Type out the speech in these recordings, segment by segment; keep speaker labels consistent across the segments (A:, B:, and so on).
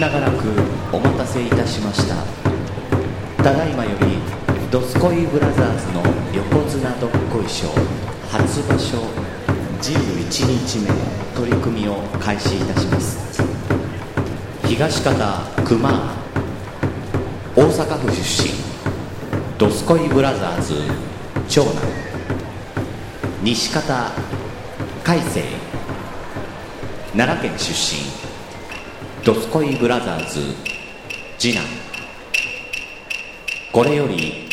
A: 長らくお待たせいたしましたただいまより「どすこいブラザーズ」の横綱どっこい賞初場所11日目取り組みを開始いたします東方熊大阪府出身どすこいブラザーズ長男西方海星奈良県出身どすこいブラザーズ次男これより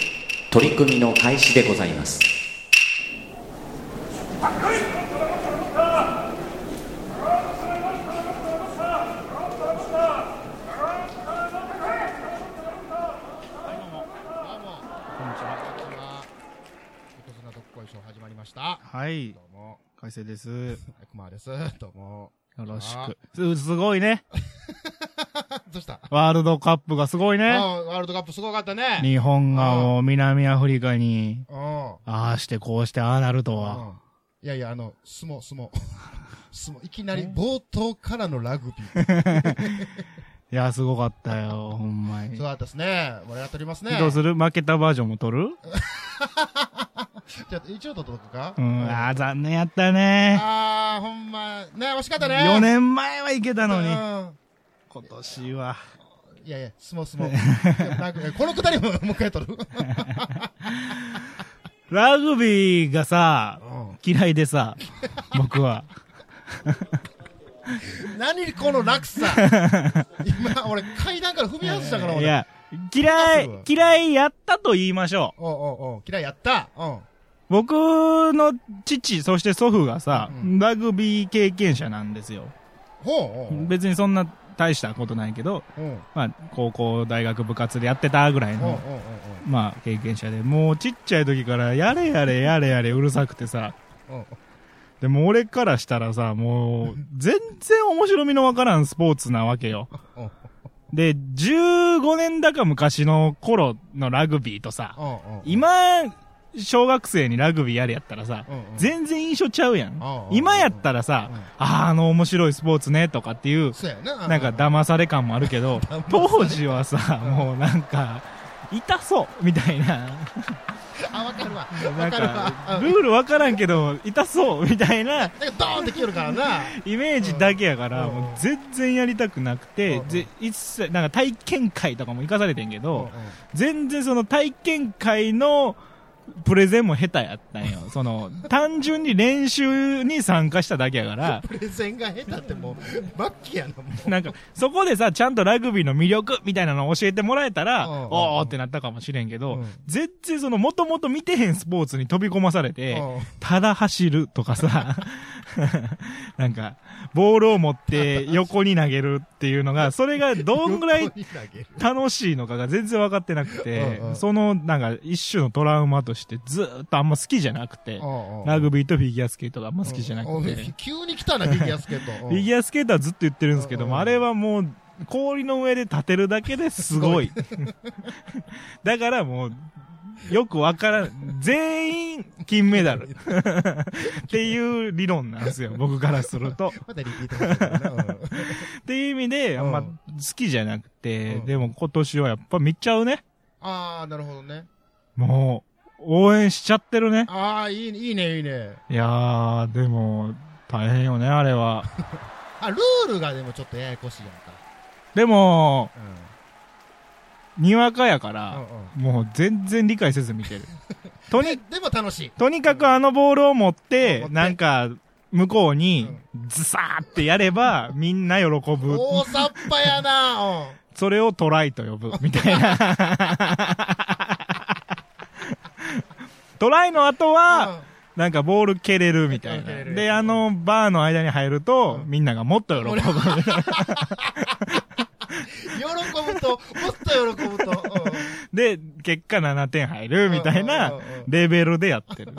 A: 取り組みの開始でございます
B: こんにちは。横綱どっこいショー始まりました。
C: はい
B: ど。うも。
C: 海 星です。よ
B: くまです。どうも。
C: ろし
B: あ
C: く。す、すごいね。
B: どうした
C: ワールドカップがすごい
B: あ
C: ね。
B: ワールドカップすごかったね。
C: 日本がもう南アフリカに、
B: うん。
C: ああしてこうしてああなると
B: う
C: は。
B: んいやいや、あの、相撲、 相撲。相撲、いきなり冒頭からのラグビー。
C: いや、すごかったよ、ほんまに
B: そう。だったですね。盛り上がっておりますね。
C: どうする負けたバージョンも撮る
B: じゃあ、一応取っとくか。
C: うん、
B: あ
C: ああ、残念やったね。
B: あー、ほんま、ね、惜しかったね。
C: 4年前はいけたのに、
B: の
C: 今年は。
B: に。いやいや、相撲、相撲。ラグこのくだりももう一回取る。
C: ラグビーがさ
B: う、ん
C: 嫌いでさ、僕は。
B: 何この落 差今、俺階段から踏み外したから、
C: い
B: 俺。
C: や、嫌い、嫌いやったと言いましょう。
B: おうおうおう、嫌いやった。うん。
C: 僕の父、そして祖父がさ、
B: うん
C: ラグビー経験者なんですよ。
B: ほうおう。
C: 別にそんな大したことないけど、
B: うん。
C: まあ、高校、大学、部活でやってたぐらい
B: おうおうおう
C: の、まあ、経験者で、もうちっちゃい時から、やれやれやれやれうるさくてさ、
B: おううん。
C: でも俺からしたらさ、もう、全然面白みのわからんスポーツなわけよ。
B: おう
C: で、15年だか昔の頃のラグビーとさ、
B: おうおう。
C: 今、小学生にラグビーやれやったらさ、
B: うんうん
C: 全然印象ちゃうやん
B: ああ。
C: 今やったらさ
B: うん、
C: ああ、あの面白いスポーツね、とかっていう、
B: そうやな。
C: なんか騙され感もあるけど
B: 騙され、
C: 当時はさ、もうなんか、痛そうみ たいな。
B: あ、わかるわ。
C: な
B: わ
C: ん
B: かるわ。
C: か、
B: う
C: ル
B: ん
C: ールわからんけど、痛そうみたいな
B: なんかドーンってきよるからな。
C: イメージだけやから、
B: うん
C: もう全然やりたくなくて
B: うん、
C: ぜ一切、なんか体験会とかも行かされてんけ
B: うんう
C: ど
B: ん、
C: 全然その体験会のプレゼンも下手やったんよ。その、単純に練習に参加しただけやから、
B: プレゼンが下手ってもう、末期やな、も う。
C: なんか、そこでさ、ちゃんとラグビーの魅力みたいなのを教えてもらえたら、
B: うんうんうん
C: おーってなったかもしれんけど、
B: うん
C: 全然その、もともと見てへんスポーツに飛び込まされて、
B: うん
C: ただ走るとかさ、 なんか、ボールを持 って横に投げるっていうのが、それがどんぐらい
B: 横に投げる
C: 楽しいのかが全然分かってなくて
B: うんう、ん
C: そのなんか一種のトラウマとしてずーっとあんま好きじゃなくて
B: う、んうん
C: ラグビーとフィギュアスケートがあんま好きじゃな
B: う
C: く
B: ん
C: て、
B: う
C: フ
B: ん急に来たな、フィギュアスケート。
C: ィギ
B: ュ
C: ュアスケートはずっと言ってるんですけど
B: うんう
C: も、
B: ん
C: あれはもう氷の上で立てるだけです ごい。だからもう、よくわからん。全員金メダル。っていう理論なんですよ、僕からすると。
B: またリピートしてるなうん
C: っていう意味で、あんま
B: う
C: 好
B: ん
C: きじゃなくて、
B: うん
C: でも今年はやっぱ見ちゃうね。
B: あー、なるほどね。
C: もう、応援しちゃってるね。
B: あー、いいね、いいね、いいね。
C: いやー、でも、大変よね、あれは。
B: あ、ルールがでもちょっとややこしいやんか。
C: でも、
B: うん。
C: にわかやか
B: う
C: ら、
B: んうん
C: もう全然理解せず見てる。と
B: で
C: に、
B: でも楽しい。
C: とにかくあのボールを持って
B: 持っ、て
C: なんか、向こうに、ズサーってやれば、みんな喜ぶ。
B: 大さっぱやな。うん。
C: それをトライと呼ぶ、みたいな。トライの後は、なんかボール蹴れるみたい
B: 蹴れ
C: な。
B: る
C: で、あの、バーの間に入ると、みんながもっと喜ぶ。
B: うん喜ぶと、もっと喜ぶと。
C: で、結果7点入るみたい
B: うん
C: な
B: うんうんうん
C: レベルでやってる。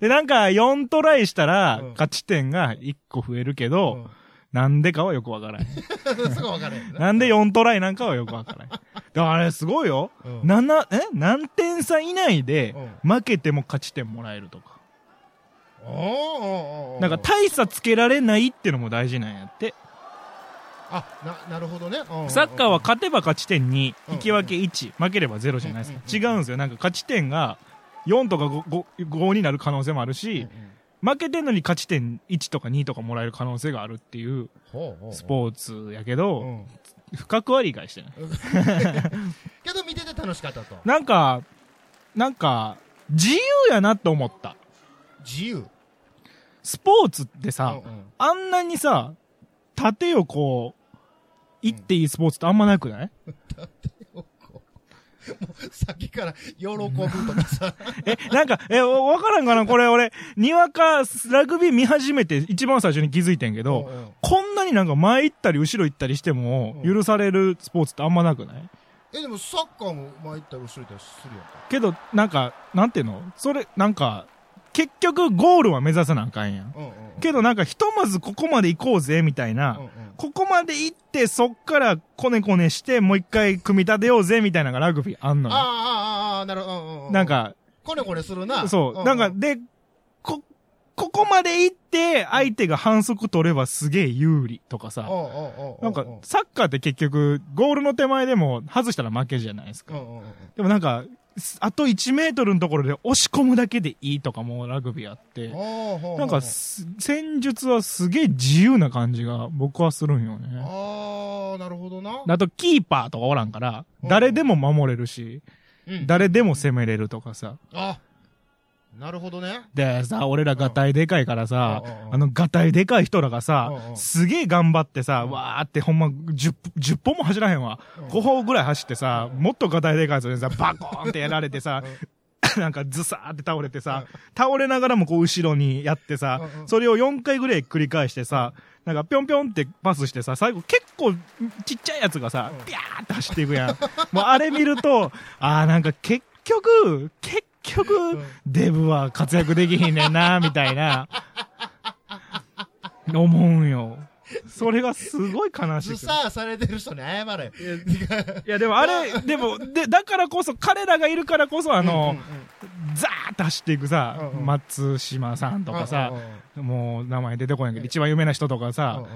C: で、なんか4トライしたら
B: うん、
C: 勝ち点が1個増えるけ
B: う
C: ど
B: ん、
C: なんでかはよくわからない。
B: うん。すぐ分かるやんな。
C: なんで4トライなんかはよくわからない。 であれすごいよ。
B: うん
C: 7、え何点差以内で、負けても勝ち点もらえるとか。
B: おーおーおーおー
C: なんか大差つけられないってのも大事なんやって。
B: あ、な、なるほどね。うんうんうん
C: サッカーは、勝てば勝ち点2、
B: うん
C: 引き分け1、負ければ0じゃないですか。違うんですよ。なんか勝ち点が4とか 5, 5になる可能性もある
B: うんう
C: し
B: ん、
C: 負けてんのに勝ち点1とか2とかもらえる可能性があるっていう
B: ほうほう
C: スポーツやけど、
B: うん
C: 深くは理解してない。
B: けど見てて楽しかったと。
C: なんか、なんか、自由やなって思った。
B: 自由。
C: スポーツってさ、
B: うんうん
C: あんなにさ、縦横、行っていいスポーツってあんまなくない、
B: もうさっきから喜ぶとかさ、
C: え、なんか、え、わわからんかなこれ俺、にわかラグビー見始めて一番最初に気づいてんけど、
B: うんうん
C: こんなになんか前行ったり後ろ行ったりしても
B: うん
C: 許されるスポーツってあんまなくない
B: え、でもサッカーも前行ったり後ろ行ったりするやんか。
C: けど、なんか、なんていうのそれ、なんか、結局ゴールは目指さなあかんやん。
B: うんうんうん
C: けどなんかひとまずここまで行こうぜみたいな、
B: うんうん
C: ここまで行ってそっからこねこねしてもう一回組み立てようぜみたいなのがラグビーあんの
B: ああ、
C: よ。
B: ああ、ああ、なるほどうんうう。
C: なん、か、
B: こねこねするな。
C: そう、なんか、
B: う
C: で、こ、ここまで行って、相手が反則取ればすげえ有利とか
B: う
C: さ、
B: おうおうおうおう
C: なんか、サッカーって結局、ゴールの手前でも外したら負けじゃないです
B: うん
C: か。
B: うんうん
C: でもなんか、すあと1メートルのところで押し込むだけでいいとかもラグビーあって、
B: おうおうおう
C: なんかす、戦術はすげえ自由な感じが僕はするんよね。
B: ああ、なるほどな。
C: あと、キーパーとかおらんから、
B: うん
C: 誰でも守れるし、
B: うん
C: 誰でも攻めれるとかさ。
B: あ、なるほどね。
C: でさ、俺らガタイでかいからさ
B: うんうんう、ん
C: あのガタイでかい人ら
B: う
C: が
B: ん
C: さ
B: う、ん
C: すげえ頑張ってさ、わーってほんま10、10本も走らへんわ。5本ぐらい走ってさ、もっとガタイでかいやつにさ、バコーンってやられてさ、 なんかズサーって倒れてさ、倒れながらもこう後ろにやってさ
B: うんう、ん
C: それを4回ぐらい繰り返してさ、なんかぴょんぴょんってパスしてさ、最後結構ちっちゃいやつがさ、ビャーって走っていくやん。もうあれ見る と、あーなんか結局、結局、デブは活躍できひんねんな、みたいな、思うんよ。それがすごい悲し
B: ず
C: い。
B: さーされてる人に謝れ。
C: いやでもあれ、でも、で、だからこそ、彼らがいるからこそ、あの、ザーッと走っていくさ、
B: うんうん
C: 松島さんとかさ
B: うん、うん
C: もう名前出てこないけど、一番有名な人とか
B: うんう、
C: さ
B: ん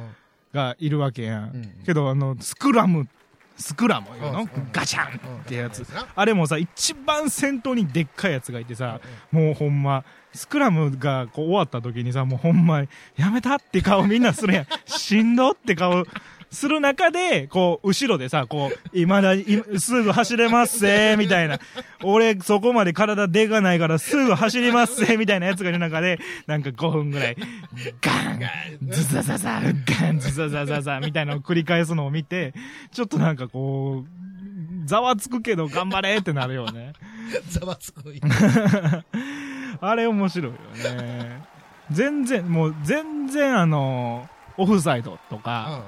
C: がいるわけや
B: うん
C: ん
B: う。ん
C: けど、あの、スクラム、スクラムいう
B: う
C: の
B: んうん
C: ガシャンってやつ
B: うんうん。
C: あれもさ、一番先頭にでっかいやつがいてさ、もうほんま、スクラムがこう終わった時にさ、もうほんま、やめたって顔みんなするやん。しんどって顔。する中で、こう、後ろでさ、こう、今だ、今すぐ走れますぜ、みたいな。俺、そこまで体でかないから、すぐ走りますぜ、みたいなやつがいる中で、なんか5分ぐらい、ガン、ズザザザ、ガン、ズザザザザ、みたいなのを繰り返すのを見て、ちょっとなんかこう、ざわつくけど頑張れってなるよね。
B: ざわつくい。
C: あれ面白いよね。全然、もう全然あの、オフサイドとか、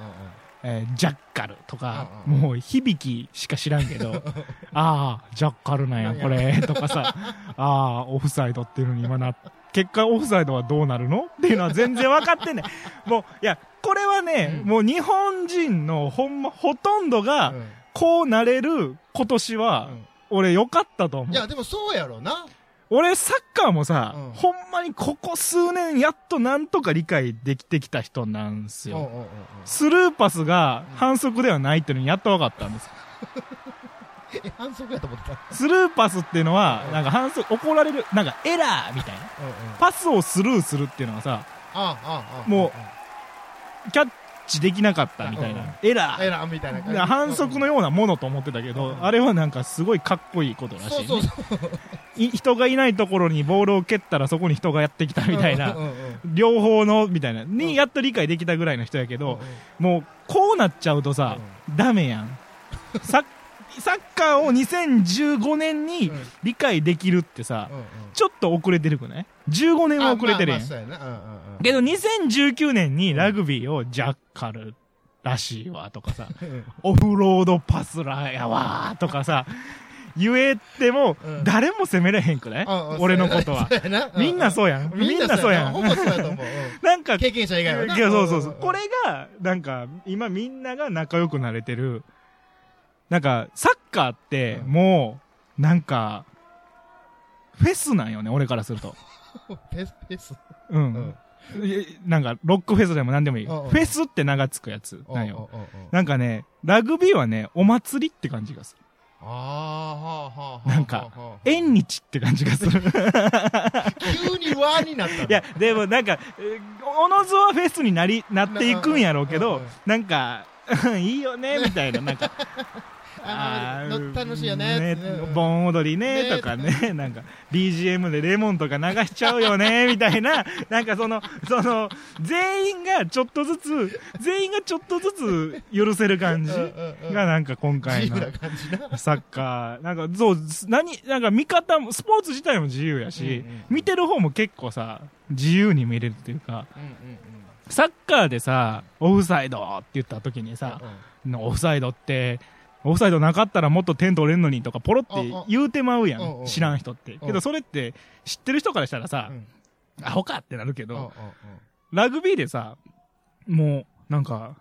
C: えージャッカルとか、
B: うんうん
C: もう響きしか知らんけ ど、ああ、ジャッカルなんや、これ、とかさ、ああ、オフサイドっていうのに今な、結果オフサイドはどうなるのっていうのは全然分かってない。もう、いや、これはね、
B: うん
C: もう日本人のほんま、ほとんどが、
B: うん
C: こうなれる今年は、
B: うん
C: 俺良かったと思う
B: い。や、でもそうやろな。
C: 俺、サッカーもさ、
B: うん
C: ほんまにここ数年やっとなんとか理解できてきた人なんです
B: うん
C: よ。
B: うんうんうん
C: スルーパスが反則ではないっていうのにやっと分かったんですよ。
B: え、反則やと思ってた。
C: スルーパスっていうのは、なんか反則、怒られる、なんかエラーみたいな。
B: うんうん
C: パスをスルーするっていうのはさ、
B: ああああ
C: もうキャッチできなかったみたい
B: うん
C: な。エラ
B: エ
C: ー。
B: ラーみたいな感じ。
C: 反則のようなものと思ってたけど、
B: うん
C: あれはなんかすごいかっこいいことらしい、
B: そ
C: ね
B: うそうそう。
C: い人がいないところにボールを蹴ったらそこに人がやってきたみたいな。
B: うんうんうん
C: 両方のみたいな
B: うん
C: にやっと理解できたぐらいの人やけど、
B: うんうん
C: もうこうなっちゃうとさ、ダメやんサッサッカーを2015年に
B: うん
C: 理解できるってさ、
B: うんうん
C: ちょっと遅れてるくない15年は遅れてるやん、
B: あまあまあそうやなうんうんうん
C: けど2019年にラグビーをジャッカルらしいわとかさ、
B: うん
C: オフロードパスラーやわーとかさ言えても
B: うん
C: 誰も責めれへんくない、
B: うんうん
C: 俺のことは
B: そうやな
C: みんなそうやん
B: う
C: みんなそうやん
B: ほぼそうやと思う。うん
C: なんか
B: 経験者以外はな。
C: いや、そうそうそう。
B: んんん
C: これが、なんか、今みんなが仲良くなれてる、なんか、サッカーって、
B: うん
C: もう、なんか、フェスなんよね、俺からすると。
B: ペスペス。
C: うん。
B: うん
C: えなんか、ロックフェスでも何でもいい。
B: うん
C: フ
B: うん
C: ェスって名がつくやつ。なんよ。
B: あ
C: なんかね、ラグビーはね、お祭りって感じがする。
B: あ、はあ、はあ、はあ。
C: なんか縁日って感じがする。
B: 急に和になったの
C: いや、でもなんか、えーおのずはフェスになり、なっていくんやろうけ
B: うんう
C: ど
B: ん、
C: なんか、 うんいいよね、みたいな、なんか、
B: あ
C: ー
B: の
C: うん
B: 楽しいよねうん
C: 盆踊りね、とかね、 なんか、BGM でレモンとか流しちゃうよ ね、みたいな、なんかその、その、全員がちょっとずつ、全員がちょっとずつ許せる感じ
B: うんうんうん
C: がなんか今回
B: 自由
C: の
B: な感じな。
C: サッカー、なんか、そう、す何、なんか見方も、スポーツ自体も自由やし、
B: うんうん
C: 見てる方も結構さ、自由に見れるっていうか、
B: うんうんうん
C: サッカーでさ、オフサイドって言った時にさ、オフサイドって、オフサイドなかったらもっと点取れんのにとか、ポロって言うてまうや。
B: うんうんん
C: 知らん人って。け
B: う
C: ど
B: ん
C: それって、知ってる人からしたら
B: う
C: さ
B: んう、ん
C: アホかってなるけ
B: うんうんうん
C: ど、ラグビーでさ、もう、なんか、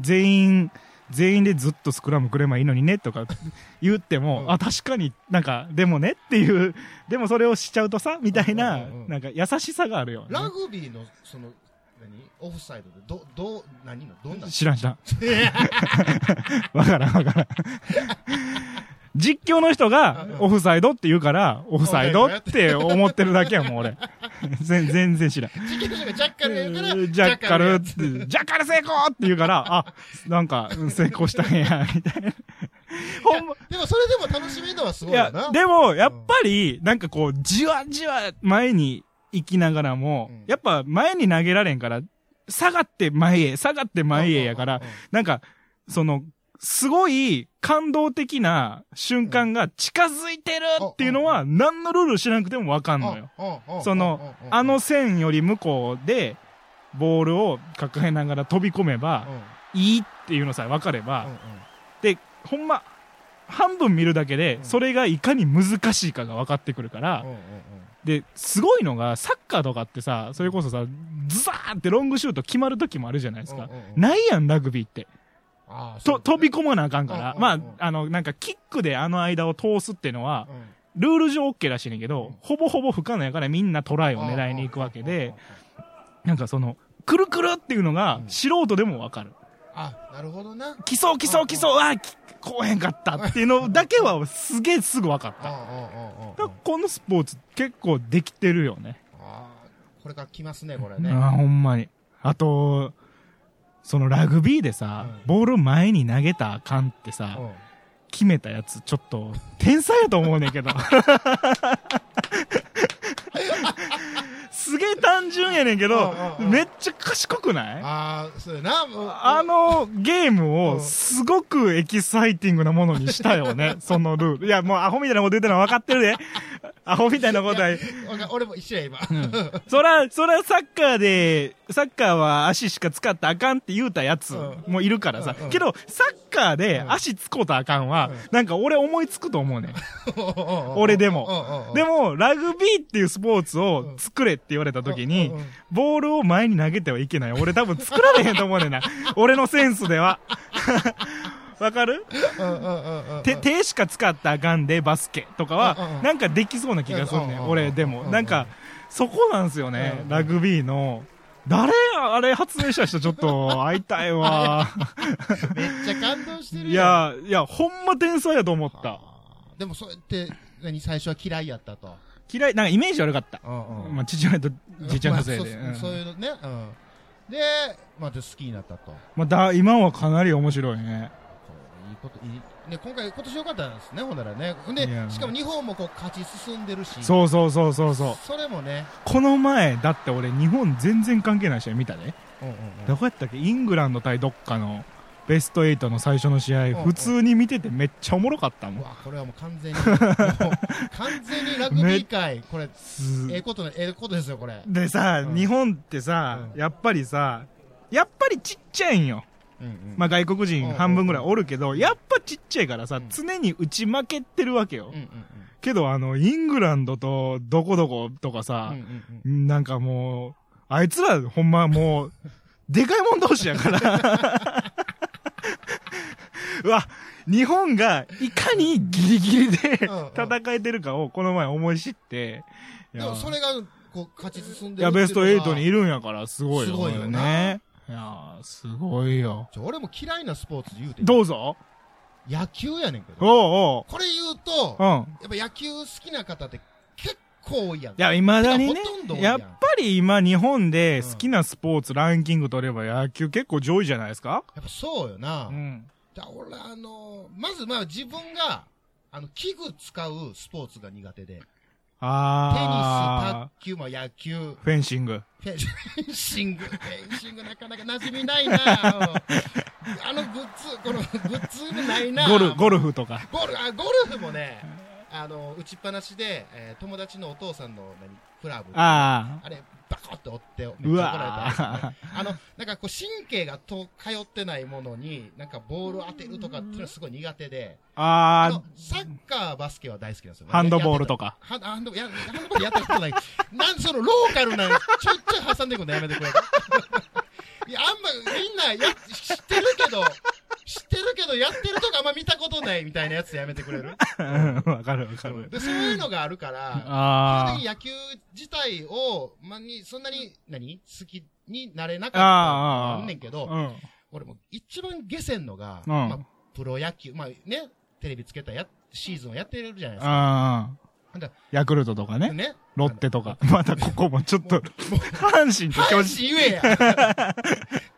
C: 全員、全員でずっとスクラムくればいいのにねとか言っても、
B: うん
C: あ、確かになんか、でもねっていう、でもそれをしちゃうとさ、みたいな、
B: うんうんうん
C: なんか優しさがあるよ、ね。
B: ラグビーの、その、何オフサイドで、ど、どう、何のどんな
C: 知らん知らん。わからんわからん。実況の人が
B: うんうん
C: オフサイドって言うから、オフサイドって思ってるだけやもん、 俺。全全然知らん。
B: 事件者がジャッカルやから、
C: ジャッカル
B: や
C: っ
B: つ
C: て、ジャッカル成功って言う から、あ、なんか、うん成功したんや、みたいな。ほんま、
B: でもそれでも楽しめるのはすご
C: い
B: いよ
C: や
B: な。、
C: でも、やっぱり、なんかこう、じわじわ前に行きながらも
B: うん、
C: やっぱ前に投げられんから、下がって前へ、下がって前へやから
B: うんうん、
C: なんか、その、すごい感動的な瞬間が近づいてるっていうのは、何のルール知らなくてもわかんのよ。
B: うんうん
C: その、あ、
B: うん
C: の線より向こうで、ボールを抱えながら飛び込めば、いいっていうのさえ分かれば、で、ほんま、半分見るだけで、
B: うん
C: それがいかに難しいかが分かってくるから、で、すごいのが、サッカーとかってさ、それこそさ、ズザーンってロングシュート決まる時もあるじゃないですか。ないやん、ラグビーって。と、飛び
B: 込
C: 込まなあかんから。
B: うんうん
C: ま
B: う
C: あ
B: ん、
C: あの、なんか、キックであの間を通すっていうのは、
B: む
C: ルール上 OK らしいねんけど、ほぼほぼ不可能やからみんなトライ
B: を
C: を狙いに行くわけで、、なんかその、くるくるっていうのが
B: うん
C: 素人でもわかる。
B: あ、なるほどな。
C: 来そう来そう来そう、ああ、きこうへんかったっていうのだけはすげえすぐわかっ
B: あ
C: た。
B: あ
C: だからこのスポーツ結構できてるよね。
B: あこれから来ますね、これ
C: あ
B: ね。
C: あほんまに。あと、そのラグビーでさ、
B: うん
C: ボール前に投げたらあかんってさ、
B: うん
C: 決めたやつ、ちょっと、天才やと思う ねんけど。すげえ単純やねんけど
B: うん、うんうん
C: めっちゃ賢くない
B: ああ、そうやな。もう
C: あ、のゲーム
B: う
C: を
B: ん
C: すごくエキサイティングなものにした よね、そのルール。いや、もうアホみたいなこと言ってるのは分かってるで。アホみたいなことは。
B: わか俺も一緒や、今。
C: そら、そらサッカーで、サッカーは足しか使ったらあかんって言うたやつ
B: うん
C: もいるからさ
B: うんうん。
C: けど、サッカーで足つこうたらあかんは
B: うん、
C: なんか俺思いつくと思うねん。俺でも。で
B: も、
C: も、ラグビーっていうスポーツを作れって言われた時に
B: うんうんうん、
C: ボールを前に投げてはいけない。俺多分作られへんと思うねんな。俺のセンス では。わかる
B: うんうんうんうん
C: 手、手しか使ったらあかんで、バスケとか
B: うんうんう
C: は、
B: ん
C: なんかできそうな気がする
B: うん
C: ね
B: うんうん
C: ん。
B: うん
C: 俺で
B: うん
C: も。
B: うん
C: なんか、そこなんですよ
B: うんう
C: ね
B: ん。
C: ラグビーの。誰あれ発明した人ちょっと会いた いわ。
B: めっちゃ感動してる
C: いや、いや、ほんま天才やと思った。
B: あーでもそうやって、何、最初は嫌いやったと。
C: 嫌い、なんかイメージ悪かった。
B: うんうん
C: まあ、父親とじいちゃんのせいで。
B: まあそうそう
C: うん
B: いうのね。うんで、また好きになったと。
C: まあ、だ、今はかなり面白いね。
B: そういいこと、いい。ね、今回、今年良かったんですね、ほんならね。ほんで
C: いや、
B: しかも日本もこう、勝ち進んでるし。
C: そうそうそうそうそう。
B: それもね。
C: この前、だって俺日本全然関係ない試合見たね。
B: うんうんうん
C: どこやったっけイングランド対どっかのベスト8の最初の試合、
B: うん
C: 普通に見ててめっちゃおもろかったも。
B: うんわ、これはもう完全に、 もう完全にラグビー界、これ、
C: す
B: ええことね、ええことですよ、これ。
C: でさ、
B: うん
C: 日本ってさ、
B: うん
C: やっぱりさ、やっぱりちっちゃいんよ。
B: うんうん
C: まあ、外国
B: うん
C: 人半分ぐらいおるけど、やっぱちっちゃいからさ、
B: うん
C: 常に打ち負けてるわけよ。
B: うんうん
C: けど、あの、イングランドとどこどことかさ、
B: うんうんうん
C: なんかもう、あいつらほんまもう、でかいもん同士やから。 うわ、日本がいかにギリギリで
B: うんうん
C: 戦えてるかをこの前思い知って。い
B: で
C: や
B: もそれがこう勝ち進んで
C: い
B: る
C: や、
B: ってうの
C: ベ
B: が
C: スト8にいるんやから、すごい
B: す
C: よ。
B: ごいよな
C: これね。いやー、すごいよ。
B: ちょ俺も嫌いなスポーツ言うてん
C: どうぞ。
B: 野球やねんけど。
C: おう
B: これ言うと、
C: おう。うん。
B: やっぱ野球好きな方って結構多いやん。
C: いや、いまだに
B: ほ
C: ね
B: とんど、多いや
C: や
B: ん
C: っぱり今日本で好きなスポーツランキング取れば野球結構上位じゃないですか
B: やっぱそうよな。
C: うん。
B: じゃあ俺あのーまずまあ自分が、あの、器具使うスポーツが苦手で。テニス、
C: あ
B: 卓球、まあ野球、フ
C: ー。フェンシング。
B: ェンフェンシ ング、フェンシングなかなか馴染みないな。うんあのグッズ、このグッズもないな。
C: ゴル、ゴルフとか。
B: ゴルあゴルフもね、あの打ちっぱなしで、えー友達のお父さんの何クラブあ
C: あ
B: れ、バコって折って、めっちゃ
C: う
B: 怒
C: わ
B: られた。
C: ー
B: あの、なんかこう、神経がと通ってないものに、なんかボールを当てるとかっていうのはすごい苦手で、あ
C: あ
B: の、サッカー、バスケは大好きなんですよ。
C: ー、ハンドボールと
B: か。
C: か。
B: ハンハンドやハンドボールやったことない。なんそのローカルな、ちょいちょい挟んでくのやめてくれ。いや、あんま、みんなや、知ってるけど、知ってるけど、やってるとかあんま見たことないみたいなやつやめてくれる
C: うん わかるわかる。
B: で、そういうのがあるから、
C: あ
B: 基本的に野球自体を、まあ、に、そんなに、何好きになれなかったの
C: あー
B: もあんねんけ
C: ー。
B: ど、
C: うん。
B: 俺も一番下船のが、
C: うん
B: まあ、プロ野球、まあね、テレビつけたや、シーズンをやってるじゃないですか。
C: あ
B: ほんで
C: あ。ヤクルトとかね。
B: ね。
C: ロッテとか。またここもちょっと、阪神と巨
B: 阪
C: 人。
B: 神言えや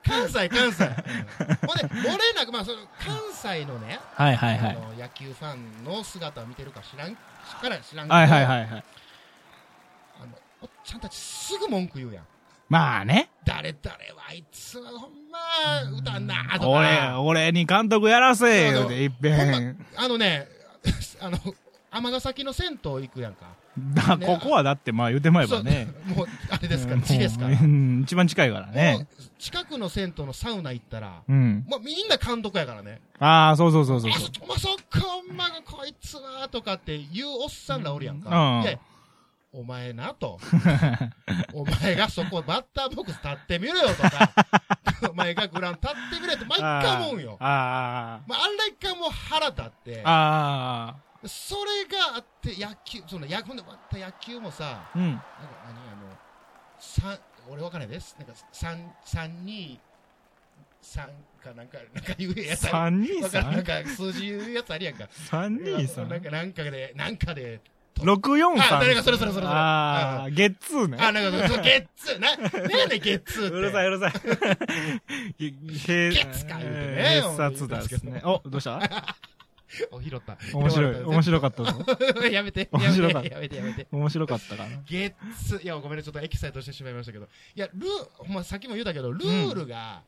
B: 関西、関西。うんほんで、漏れなく、まあ、その、関西のね、
C: はいはいは
B: あ
C: い。
B: の、野球ファンの姿を見てるか知らん、から知らんけど、
C: はいはい
B: い。
C: はいはい。
B: あの、おっちゃんたちすぐ文句言うやん。
C: まあね。
B: 誰誰はあいつはほんま、歌んな、とか。
C: 俺、俺に監督やら
B: そ
C: せ
B: うそ
C: よ、
B: う
C: で、いっ
B: ほん
C: ぺ
B: ま
C: ん。
B: あのね、 あの、尼崎の銭湯行くやんか。
C: だ、
B: ね
C: ここはだって、まあ言ってまえ
B: そ
C: ば
B: う
C: ね。
B: もう、あれですから、
C: うん
B: 地ですから。
C: う
B: も
C: ん、一番近いから
B: う
C: ね。
B: 近くの銭湯のサウナ行ったら、
C: うん。
B: もうみんな監督やからね。
C: ああ、そうそうそうそう
B: あ
C: そう。
B: そ、まさか、お前がこいつは、とかって言うおっさんらおるやん
C: うん
B: か。いやお前な、 と。お前がそこバッターボックス立ってみろよ、とか。 お前がグラウンド立ってみろよ、と毎回思うんよ。
C: あ
B: まあ、あれがもう腹立って
C: あ、。あ
B: それがあって、野球、その、や、ほんで、また野球もさ、
C: あ、うん。
B: なんか何、あの、三、俺わかんないです。なんか、三、三二、三かなんか、なんか言うやつあ
C: 三
B: る。
C: 人
B: わか
C: さ
B: んない
C: ん
B: なんか、数字言うやつあるやんか。
C: 三人さ
B: なん
C: ん
B: か、なんかで、なんかで、
C: 六四
B: あ、
C: 三
B: 誰か、それそれそれそれ。
C: ああ、ゲッツーね。
B: あ、なんか、そうゲッツー、な、なんやねんゲッツーって。
C: うるさい、うるさい。ゲッ
B: ツか言うてね
C: 必殺だですね。お、どうした
B: お、拾った。
C: 面白い。面白かったぞ。
B: い。 やめて、や
C: 面白
B: め
C: かった
B: て、やめて、やめて。
C: 面白かったかな。
B: ゲッツー、いや、ごめんね、ちょっとエキサイトしてしまいましたけど。いや、ルー、ほんま、さっきも言ったけど、ルールが、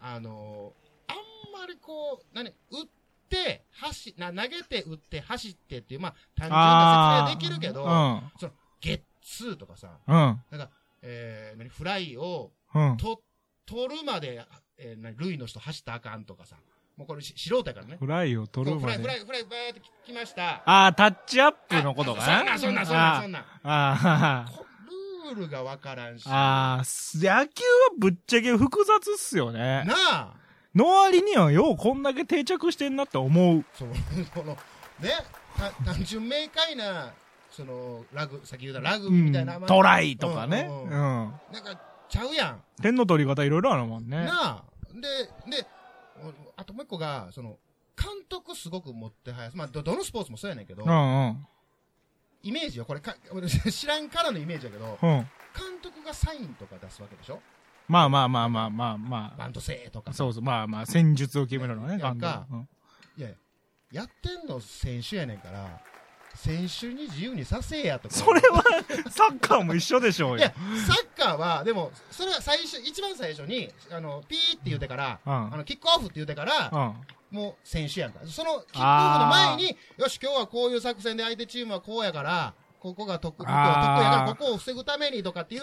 B: あのー、あんまりこう、何、打って、走、な、投げて、打って、走ってっていう、まあ、単純な説明できるけど、
C: う
B: ゲッツーとかさ、
C: ん。うん。
B: えー、何、フライを、
C: うん。
B: と、取るまで、えー、何、塁の人走ったらあかんとかさ。もうこれし、素人やからね。
C: フライを取
B: こ
C: る
B: うフライ、
C: ま
B: フラ
C: で。
B: イ、フライ、バーって来ました。
C: ああ、タッチアップのことか
B: あそんな、そんな、そんな、そんな。
C: あ
B: こルールがわからんし。
C: あ、ああ、す野球はぶっちゃけ複雑っすよね。
B: なあ
C: の割にはようこんだけ定着してんなって思う。
B: その、 この、ね、た単純明快な、その、ラグ、先言うたラグ
C: う
B: ビー
C: ん
B: みたいな、まあ
C: トライとかね。
B: うんうんう
C: う
B: ん
C: ん。
B: なんか、ちゃうやん。
C: 点の取り方いろいろあるもんね。
B: なあ。で、で、おあともう一個が、その、監督すごく持ってはやす。まあ、ど、どのスポーツもそうやねんけど
C: う、んうん。
B: イメージはこれか、 俺知らんからのイメージやけど、
C: うん。
B: 監督がサインとか出すわけでしょ
C: まあまあまあまあまあま
B: バントせーとか
C: あ。。そうそう。まあまあ、戦術を決めるのね、
B: なんか
C: 監督
B: いや、やってんの選手やねんから、選手に自由にさせえやとか。
C: それは、サッカーも一緒でしょう
B: い
C: よ
B: や。、サッカーは、でも、それは最初、一番最初に、あの、ピーって言うてから、
C: うん
B: あの、キックオフって言うてから、
C: うん。
B: もう選手やんか。その、キックオフの前に、よし、今日はこういう作戦で相手チームはこうやから、ここが得、ここは得やか
C: あ
B: ら、
C: ー
B: ここを防ぐためにとかっていう、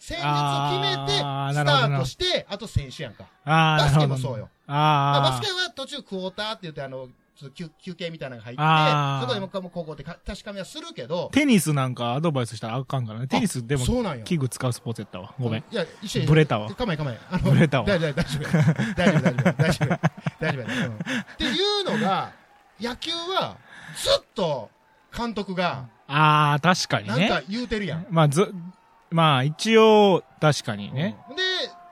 B: 戦術を決めて、ス
C: あー
B: タ
C: なるほど
B: ートして、あと選手やんか。
C: ああ、
B: バ
C: なる
B: ス
C: ほ
B: ケ
C: ど
B: もそうよ。
C: ああ。
B: バスケは途中クォーターって言って、あの、ちょっと休休憩みたいなのが入
C: あ
B: っ
C: ー
B: て、そこでもう一回もう高校ってか確かめはするけど、
C: テニスなんかアドバイスしたらあかんからね。テニスでも
B: そうなんよ。
C: 器具使うスポーツやったわ。ごめん。
B: いや、一緒に。
C: ブレたわ
B: かまえかまえ。あの
C: ブレたわ
B: 大丈夫、大丈夫。大丈夫、大丈夫。大丈夫。大丈夫やね。うんっていうのが、野球は、ずっと、監督が、
C: ああ、確かに
B: なん
C: ね。
B: か言うてるやん。
C: まあ、ず、まあ、一応、確かにね。
B: うんで、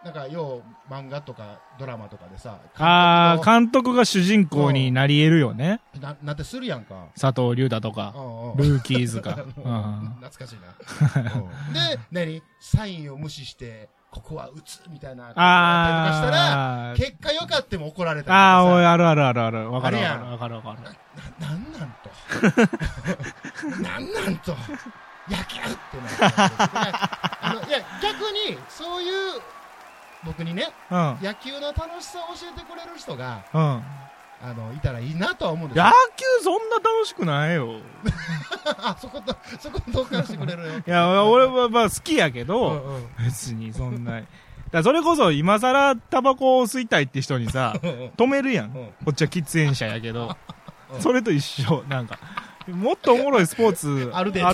B: なんか、よう、漫画とかドラマとかでさ、
C: あ あ、
B: 監
C: 監督が主人公になり得るよね。
B: 督のな、なってするやんか。
C: 佐藤龍太とか、
B: うんうん
C: ルーキー ズか。うん
B: 懐かしいな。うんで、何サインを無視して、ここは打つみたいな。
C: ああ、
B: 結果良かっても怒られたりとか
C: ああ、おい、
B: さ
C: あるあるあるある。わかる
B: あ
C: わ
B: れや
C: かる
B: ん
C: わかるわかる。
B: なんなんと。 なんなんと。野球ってなったんですよいやあのいや、逆に、そういう、僕にね、
C: うん。
B: 野球の楽しさを教えてくれる人が、
C: うん。
B: あの、いたらいいなとは思うんです
C: 野
B: よ。
C: 球そんな楽しくないよ。
B: あ、そこと、そこ同感してくれるよ。
C: いや、俺はまあ好きやけ
B: う
C: ど、
B: んうん
C: 別にそんな。だからそれこそ今更タバコを吸いたいって人にさ、
B: うんうん
C: 止めるやん。
B: うん
C: こっちは喫煙者やけど
B: う。ん
C: それと一緒、なんか。もっとおもろいスポー ツ
B: あるで
C: で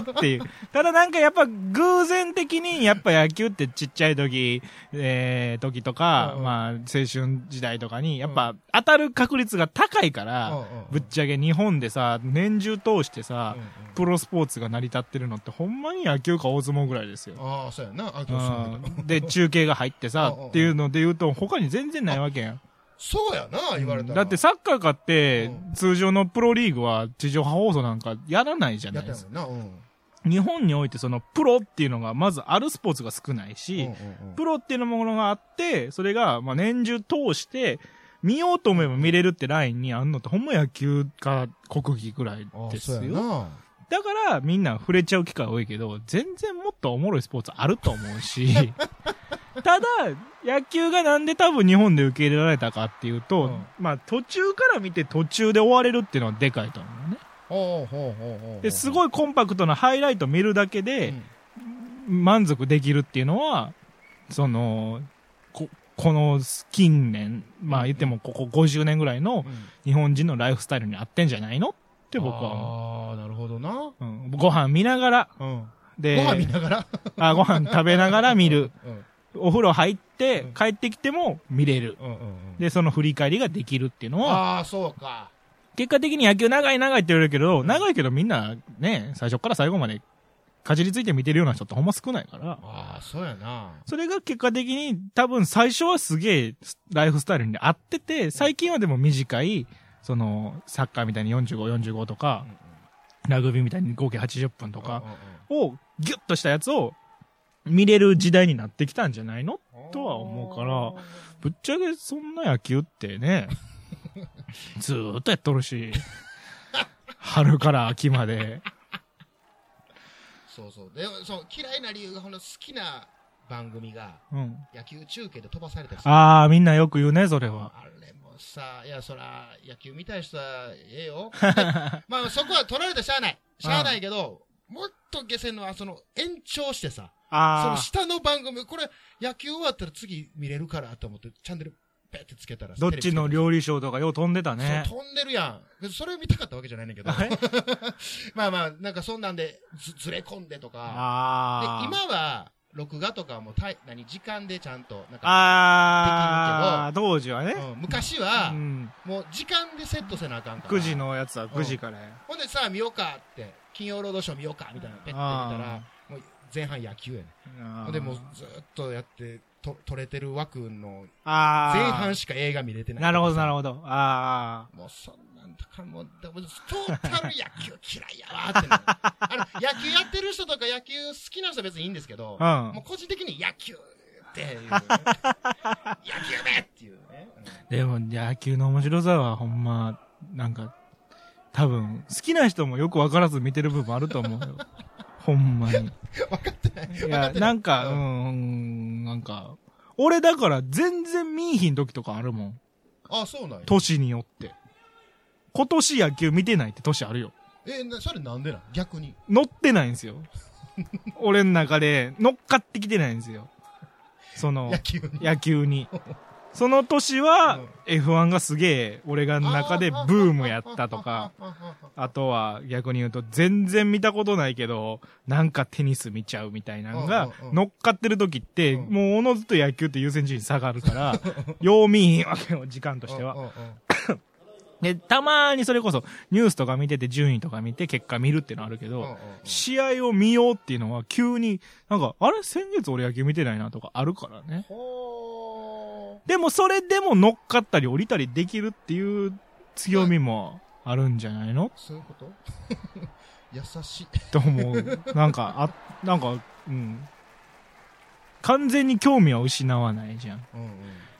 C: ーっていう。ただなんかやっぱ偶然的にやっぱ野球ってちっちゃい時、えー、時とか、
B: うんうん
C: まあ青春時代とかにやっぱ当たる確率が高いか
B: う
C: ら、
B: んうんうん
C: ぶっちゃけ日本でさ、年中通してさ、
B: うんうん
C: プロスポーツが成り立ってるのってほんまに野球か大相撲ぐらいですよ。
B: ああ、そうやな。あ、そう
C: う
B: やなん
C: で、中継が入ってさ
B: うんうんうん
C: っていうので言うと他に全然ないわけやん。
B: そうやな、言われたら。
C: だって、サッカーかって
B: う
C: 通常のプロリーグは地上波放送なんかやらないじゃ
B: や
C: な
B: っ
C: い
B: たや
C: ですか。
B: んな。うん。
C: 日本においてそのプロっていうのがまずあるスポーツが少ないし、プロっていうものがあって、それがまあ年中通して見ようと思えば見れるってラインにあんのってほんま野球か国技ぐらい
B: ああ、
C: です
B: そうや
C: よ。
B: な。
C: だからみんな触れちゃう機会多いけど、全然もっとおもろいスポーツあると思うし、 ただ、野球がなんで多分日本で受け入れられたかっていうと、
B: うん
C: まあ途中から見て途中で終われるっていうのはでかいと思うね。
B: ほうほうほうほう。
C: で、す
B: い。
C: ごいコンパクトなハイライト見るだけで満足できるっていうのは、その、こ、この近年、まあ言ってもここ50年ぐらいの日本人のライフスタイルに合ってんじゃないのって僕は思
B: あ
C: う。
B: あ、なるほどな。
C: うん、ご飯見ながら、
B: うん。
C: で、
B: ご飯見ながら。
C: あご飯食べながら見る。
B: うん
C: お風呂入って
B: うん
C: 帰ってきても見れる。
B: うんうんうん。
C: で、その振り返りができるっていうのは、
B: ああ、そうか。
C: 結果的に野球長い長いって言われるけど、長いけどみんなね、最初から最後までかじりついて見てるような人ってほんま少ないから、
B: ああ、そうやな。
C: それが結果的に多分最初はすげえライフスタイルに合ってて、最近はでも短い、その、サッカーみたいに45、45とか、ラグビーみたいに合計80分とかをギュッとしたやつを見れる時代になってきたんじゃないのとは思うからぶっちゃけそんな野球ってね、 ずーっとやっとるし、春から秋まで。
B: そうそう。で、そう、嫌いな理由が、ほんの好きな番組が、
C: うん。
B: 野球中継で飛ばされたりする。
C: あー、みんなよく言うね、それは。
B: あれもさ、いや、そら、野球見たい人は、ええよ。 でまあ、そこは取られてしゃあない。しゃあないけど、もっと下船のは、その、延長してさ、その
C: あー、
B: 下の番組、これ、野球終わったら次見れるからと思って、チャンネル、ペってつけたら
C: どっちの
B: 理
C: 料理ショーとかよう飛んでたね。
B: そう、飛んでるやん。別にそれ見たかったわけじゃないねんだけど。
C: あれ
B: まあまあ、なんかそんなんで、ず、ずれ込んでとか。で、
C: あー。
B: 今は、録画とかはもうたい、何、時間でちゃんと、なんか、
C: あー、当時はね。
B: うん昔
C: う
B: は、
C: ん。
B: もう時間でセットせなあかんから。
C: 9時のやつは9時からや。
B: ほんでさあ見ようかって、金曜ロードショー見ようかみたいな、ペッて見たら
C: あ、
B: もう前半野球やね
C: あ
B: ほ
C: ー
B: んでもうずっとやって、と、取れてる枠の
C: あー
B: 前半しか映画見れてない。
C: なるほど、なる
B: ほ
C: ほど。あ
B: ど。もうそんなんとかもう、でもトータル野球嫌いやわーってなるあの、野球やってる人とか野球好きな人は別にいいんですけど、
C: ー。う
B: も
C: ん
B: う。個人的に野球っていうね、野球めっていうね。
C: でも、野球の面白さはほんま、なんか、多分、好きな人もよくわからず見てる部分あると思 うよ。ほんまに。
B: 分かってない。
C: い
B: 分かっ
C: や、
B: てな。
C: ないんか、う
B: う
C: ー
B: ん
C: ん、なんか、俺だから全然見いひん時とかあるもん。
B: あ、そうなんや。
C: 年によって。今年野球見てないって年あるよ。
B: え、なそれなんでなん逆に。
C: 乗ってないん ですよ。俺の中で乗っかってきてないんですよ。その
B: 野、球に。
C: 野球に。その年は、F1 がすげえ、俺が中でブームやったとか、あとは逆に言うと全然見たことないけど、なんかテニス見ちゃうみたいなのが
B: うんうんう、ん
C: 乗っかってる時って、
B: うん
C: もうおのず と野球って優先順位下がるから、よう見えへんわけよ、時間としては。
B: うんうんうん。
C: で、たまにそれこそニュースとか見てて順位とか見て結果見るってのあるけ
B: うんうんう
C: ど
B: ん、
C: 試合を見ようっていうのは急に、なんか、あれ先月俺野球見てないなとかあるからね。
B: ほ
C: でもそれでも乗っかったり降りたりできるっていう強みもあるんじゃないの
B: ー。そういうこと優しい。
C: と思う。なんか、あ、なんか、うん。完全に興味は失わないじゃん。
B: うんうん。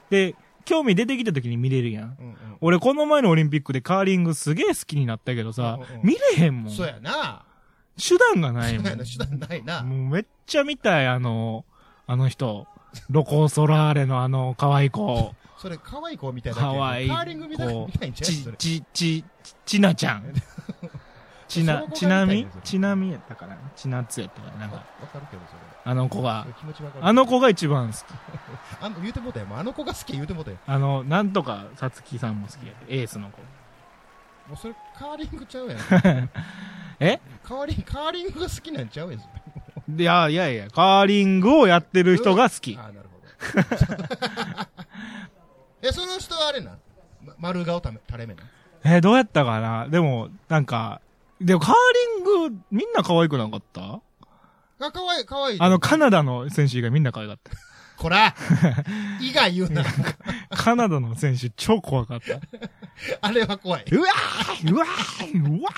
C: で、興味出てきた時に見れるやん。
B: うんうん
C: 俺この前のオリンピックでカーリングすげえ好きになったけどさ
B: うんうん、
C: 見れへんもん。
B: そうやな。
C: 手段がない
B: 手
C: も
B: 段
C: ん。
B: 手段ないな。
C: もうめっちゃ見たい、あの、あの人。ロコ・ソラーレのあの、可愛い子。
B: それ、可愛い子みたいだけ
C: 可愛い
B: カーリングみたい
C: 子
B: みたいんちゃう
C: ち
B: それ、。
C: ち、ち、ちなちゃん。 ちな、ち
B: その子が
C: な
B: 見たい
C: み
B: のそれ
C: ちなみやったかなちなつやったかななん
B: わ
C: か、
B: かるけど、それ。
C: あの子が。
B: 気持ちわかる。
C: あの子が一番好き。
B: あの、言うてもうたやんもうあの子が好き言うてもうたやん
C: あの、なんとか、さつきさんも好きやけど、エースの子。
B: もうそれ、カーリングちゃうやん。
C: え
B: カーリング、カーリングが好きなんちゃうやん。それ
C: いや、いやいや、カーリングをやってる人が好き。
B: あーなるほど。 え、その人はあれな。ま丸顔ため、垂れ目な。
C: えーどうやったかなでも、なんか、でもカーリング、みんな可愛くなかった
B: あ、可愛い、可愛い。
C: あの、カナダの選手以外みんな可愛かった。
B: こら以外言うな。
C: カナダの選手超怖かった。
B: あれは怖い。
C: うわーうわーうわ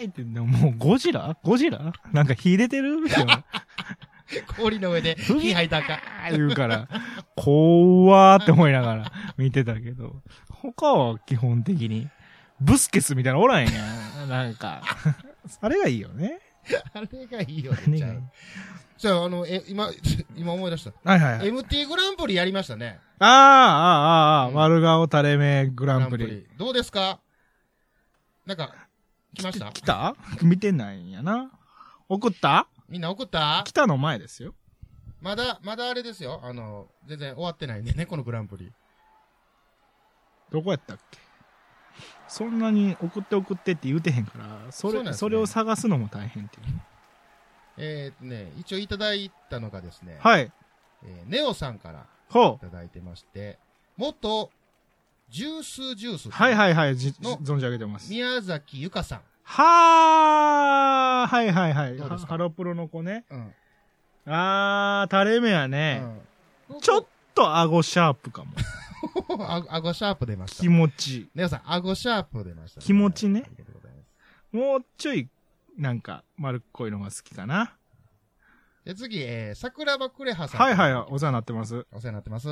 C: ーって、もうゴジラゴジラなんか火出てるみたいな。
B: 氷の上で、 火吐いたらあかん。
C: あー言うから、怖ーって思いながら見てたけど、他は基本的に、ブスケスみたいなのおらんやん。なんか、あれがいいよね。
B: あれがいいよ
C: あれ
B: ね、ち
C: が
B: ゃ。
C: いいう
B: じゃあ、あの、え、今、今思い出した。
C: はいはいはい。
B: MT グランプリやりましたね。
C: あーあー、あーあー、
B: うん
C: 丸顔垂れ目グ
B: グ
C: ランプリ。。
B: どうですかなんか、来ました
C: 来た見てないんやな。送った
B: みんな送った
C: 来たの前ですよ。
B: まだ、まだあれですよ。あの、全然終わってないんでね、このグランプリ。
C: どこやったっけそんなに送って送ってって言うてへんから、
B: そ
C: それ、
B: う
C: そ,、
B: なんですね
C: れを探すのも大変っていう。
B: えーっとね、一応いただいたのがですね、
C: はい。
B: えーネオさんから
C: ほ
B: いただいてまして、元、ジュースジュース。
C: う。はいはいはい、じ、
B: の
C: 存じ上げてます。
B: 宮崎ゆかさ
C: はーはいはいはい。
B: どうですか
C: ハロプロの子ね。
B: ん。うん。
C: あー、垂れ目やね。
B: うん
C: ちょっと顎シャープかも。
B: あ、顎シャープ出ました
C: 気。持ち。
B: ネオさん、顎シャープ出ました、
C: 気持ちね
B: ありがとうございます。
C: もうちょい、なんか、丸っこいのが好きかな。
B: で、次、えー、桜庭クレハさん。
C: はいはいはい、お世話になってます。
B: お世話になってます。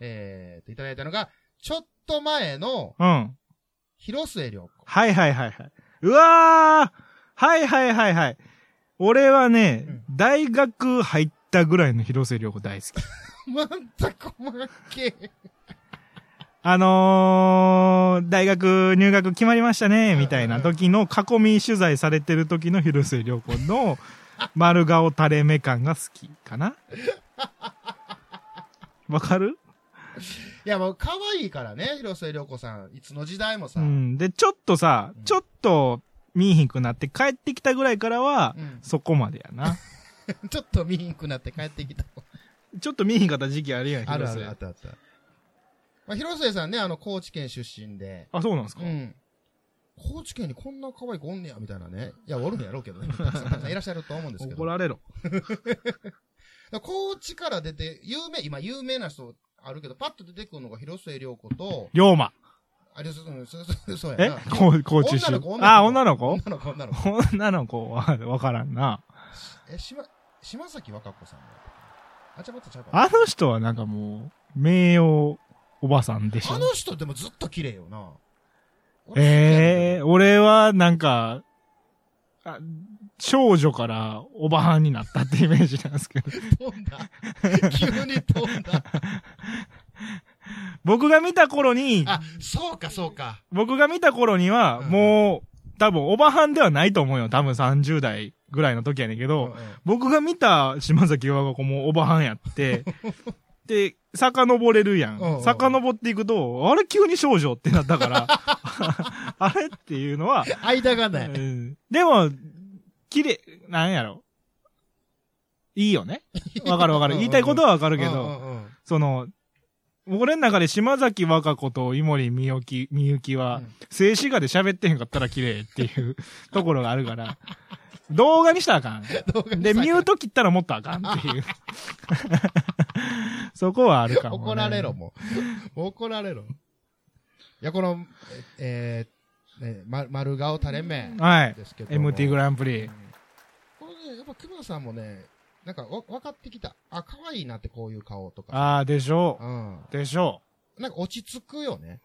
B: えー、といただいたのが、ちょっと前の、
C: うん。
B: 広末涼子。
C: はいはいはいはい。うわーはいはいはいはい。俺はね、大学入ったぐらいの広瀬涼子大好き。
B: 全く細けえ。
C: あのー、大学入学決まりましたね、みたいな時の囲み取材されてる時の広末涼子 の丸顔垂れ目感が好きかな。わかる
B: いや、もう可愛いからね、広末涼子さん。いつの時代もさ。
C: う
B: うん。
C: ん。で、ちょっとさ、ちょっと見えひんくなって帰ってきたぐらいからは、そこまでやな。
B: ちょっと見にくなって帰ってきた。
C: ちょっと見えひんかった時期あるやん、
B: ある
C: 広
B: あ
C: 末。
B: る、あったあった。まあ、広末さんね、あの、高知県出身で。
C: あそうなんですか、
B: うん。高知県にこんな可愛い子おんねや、みたいなね。いや、おるんやろうけど ね。たくさんたくさんいらっしゃると思うんですけど
C: 怒。られろ。
B: だから高知から出て、有名、今有名な人あるけど、パッと出てくるのが広末涼子と、
C: 龍馬。
B: あれ、そう、そう、そう、そうや
C: え
B: な。
C: こう、こう中
B: 女の子
C: 止。あ、女の子
B: 女の子、女の子。
C: 女の子はわからんな。
B: え、しま、島崎和歌子さんだったかなあ、ちゃまたちゃうか。
C: あの人はなんかもう、名誉おばさんでしょ
B: あ。の人でもずっと綺麗よな。
C: ええ
B: え
C: 俺はなんか、あ少女からおばはんになったってイメージなんですけど。
B: 飛んだ。急 に飛んだ。
C: 僕が見た頃に、
B: あ、そうか、そうか。
C: 僕が見た頃には、
B: うん
C: もう、多分おばはんではないと思うよ。多分30代ぐらいの時やねんけ
B: うん
C: ど
B: う、ん
C: 僕が見た島崎和歌子もおばはんや って、で、遡れるや
B: うんうんうん
C: ん。遡っていくと、あれ急に少女ってなっ たから、あれっていうのは、
B: 間がな
C: う
B: い。
C: んでも、綺麗、なんやろ。いいよね。わかるわか
B: う
C: る。
B: んうん
C: 言いたいことはわかるけ
B: うん
C: ど、
B: うんうん
C: その、俺の中で島崎和歌子と井森美幸、美幸は、静止画で喋ってへんかったら綺麗っていうところがあるから、動画にしたらあか
B: 動画
C: ん。
B: に
C: で、
B: したらあかん
C: ミュート切ったらもっとあかんっていう。 そこはあるかも、ね。
B: 怒られろ、。もう。怒られろ。いや、この、えー、えーま、丸顔タレ目
C: はい
B: ですけ。ども。
C: MT グランプリ。
B: これね、やっぱ熊さんもね、なんかわ分かってきた。あ、可愛いなってこういう顔とか。
C: ああ、でしょ
B: うん。
C: う。でしょ
B: なんか落ち着くよね。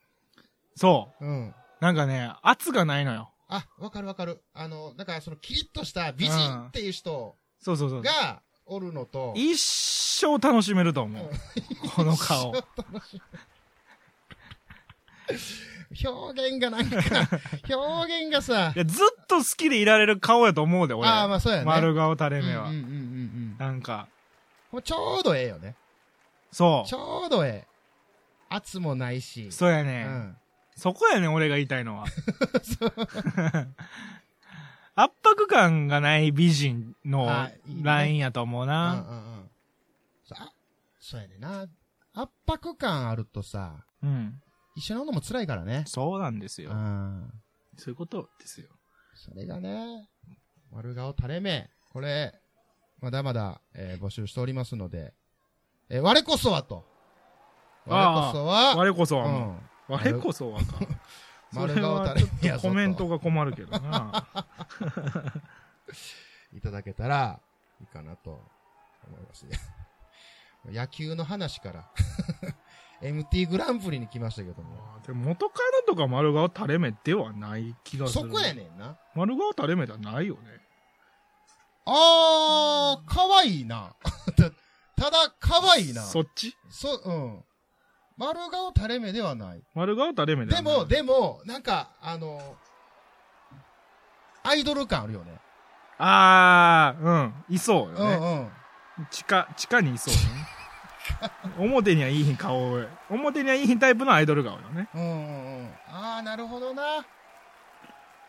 C: う。そ
B: うん。
C: う。なんかね、圧がないのよ。
B: あ、わかるわかる。あの、なんかそのキリッとした美人っていう人
C: そうそうそう。
B: がおるのと、
C: 一生楽しめると 思う。この顔。
B: 表現がなん か、表現がさ
C: い、や、ずっと好きでいられる顔やと思うで、俺。
B: ああ、まあそうやね。
C: 丸顔垂れ
B: うんうん
C: 目
B: う
C: は。
B: んうん
C: なんか、
B: うん。ちょうどええよね。
C: そ
B: ちょうどええ。圧もないし
C: う。。そうや
B: う
C: ね、
B: ん。
C: そこやね俺が言いたいのは。圧迫感がない美人の
B: あいいね
C: ラインやと思う
B: うんうんう
C: な。
B: ん。さあ、そうやねんな。圧迫感あるとさ、
C: うん。
B: 一緒に乗るのも辛いからね。
C: そうなんです
B: う
C: よ。
B: ん。
C: そういうことですよ。
B: それがね、丸顔垂れ目。これ、まだまだ、えー募集しておりますので、えー我こそはと。我こそは、
C: 我こそは
B: う
C: もう、
B: ん。
C: 我こそはか。
B: 丸
C: それ
B: 顔
C: は
B: 垂れ目
C: ちょ
B: や
C: っ
B: ぞ
C: とコメントが困るけどな。
B: いただけたら、いいかなと、思いますね。 野球の話から、MT グランプリに来ましたけども。
C: あーでも元カノとか丸顔垂れ目ではない気がす
B: そ
C: る。
B: こやねんな。
C: 丸顔垂れ目ではないよね。
B: あー、かわいいな。 たただ、かわいいな。
C: そっち
B: そ、うん。丸顔垂れ目ではない。
C: 丸顔垂れ目で
B: で
C: はない
B: も、でも、なんか、あの、アイドル感あるよね。
C: ああ、うん。いそうよ
B: う
C: ね。
B: んうん。
C: 地下、地下にいそうよね。表にはいいひん顔を、表にはいいひんタイプのアイドル顔よね。
B: うんうんうん。あー、なるほどな。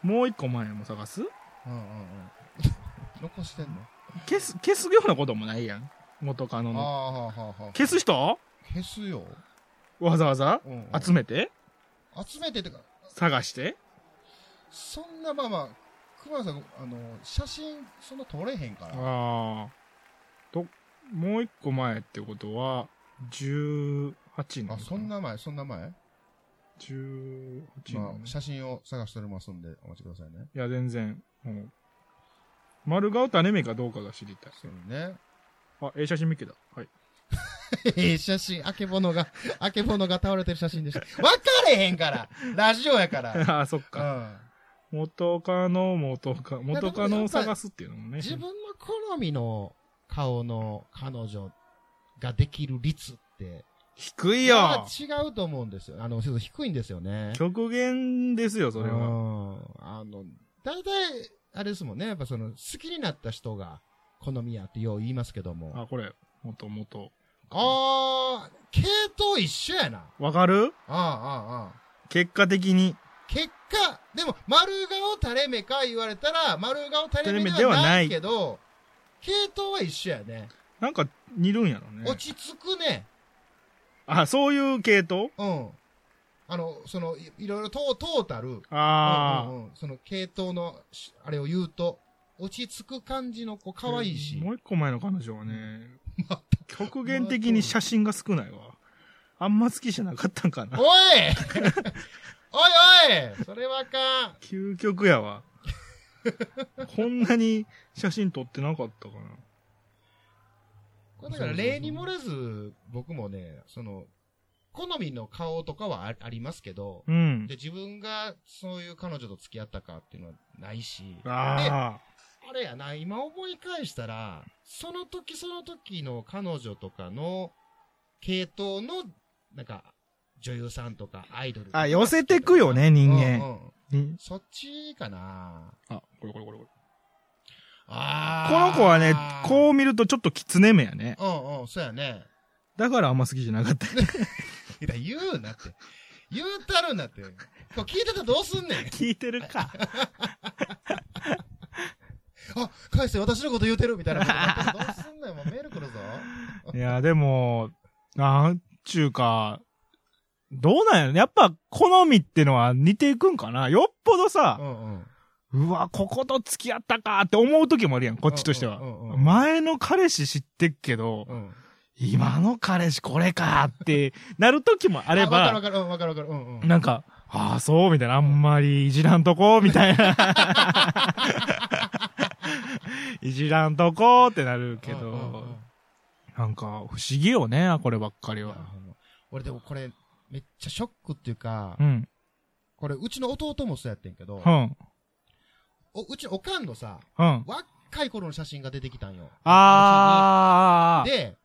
C: もう一個前も探す
B: うんうんうん。 残してんの
C: 消す、消すようなこともないやん。元カノ
B: あー
C: の。
B: はーはーはー
C: 消す人
B: 消すよ。
C: わざわざ
B: うんうん
C: 集めて
B: 集めてってか、
C: 探して
B: そんなまあまあ、熊田さん、あの、写真、そんな撮れへんから。
C: ああ。と、もう一個前ってことは、18年か。
B: あ、そんな前、そんな前
C: ?18 年。
B: まあ、写真を探しておりますんで、お待ちくださいね。
C: いや、全然、もう、丸顔垂れ目かどうかが知りたい。
B: そうね。
C: あ、ええ写真見っけだ。はい。
B: ええ写真、あけぼのが、 あけぼのが倒れてる写真でした。わかれへんからラジオやから。
C: ああ、そっか。
B: う
C: 元カノ、元カノ、
B: いやでも
C: 元カノを探すっていうのも
B: ん。
C: ね。
B: 自分の好みの顔の彼女ができる率って、
C: 低い
B: い
C: よ
B: 違うと思うんですよ。あの、そうそう低いんですよね。
C: 極限ですよ、それは。
B: うんあの、大体、あれですもんね。やっぱその、好きになった人が好みやってよう言いますけども。
C: あ、これ、元々。
B: あー、系統一緒やな。
C: わかる
B: ああ、ああ、ああ。
C: 結果的に。
B: 結果、でも、丸顔垂れ目か言われたら、丸顔垂れ目
C: 垂れ
B: で
C: 目で
B: は
C: はない
B: ないけど、系統は一緒やね。
C: なんか、似るんやろね
B: 落。ち着くね。
C: あ、そういう系統
B: うん。あの、その、いいろいろトートータル、
C: ああ、
B: うんうんうんその系統のし、あれを言うと、落ち着く感じの子可愛いし。
C: もう一個前の彼女はね、
B: また
C: 極限的に写真が少ないわ。あんま好きじゃなかったんか な。
B: おいおいおいそれはあかん。
C: 究極や わ。こんなに写真撮ってなかったかな。
B: これだから例に漏れず、僕もね、その、好みの顔とかはあありますけど、
C: うん
B: で。自分がそういう彼女と付き合ったかっていうのはないし、であ
C: ああ。
B: れやな、今思い返したら、その時その時の彼女とかの系統の、なんか、女優さんとかアイドルとか
C: あ、寄せてくよね、人
B: う
C: 間。
B: んうん
C: に
B: そっちかな
C: あ、これこれこれこれ。
B: あ
C: この子はね、こう見るとちょっときつね目やね。
B: う。うんうん、そうやね。
C: だからあんま好きじゃなかった。
B: いや、言うなって。言うたるなって。こう聞いてたらどうすんねん。
C: 聞いてるか。
B: あ、返せ、私のこと言うてるみたいなことになったらどうすんねん。もうメール来るぞ。
C: いや、でも、あーちゅうか、どうなんやろやっぱ、好みってのは似ていくんかなよっぽどさ
B: う、んうん。
C: うわ、ここと付き合ったかって思う時もあるやん、こっちとしては
B: う。んうんうんうん
C: 前の彼氏知ってっけど、
B: うん。
C: 今の彼氏これかってなる時もあ
B: あ
C: れ
B: わかるわかる、う
C: ば、
B: んわかるわかる。うんうん。
C: なんか、ああ、そう、みたいな、あんまりいじらんとこ、みた いな。いじらんとこってなるけ
B: うんうんうん
C: ど、なんか、不思議よね、こればっかりは。
B: ほんま俺でもこれ、めっちゃショックっていうか
C: う、ん。
B: これ、うちの弟もそうやってんけど
C: う、ん。
B: おうちのおかんのさ、
C: うん。
B: 若い頃の写真が出てきたんよ。
C: ああ。
B: で、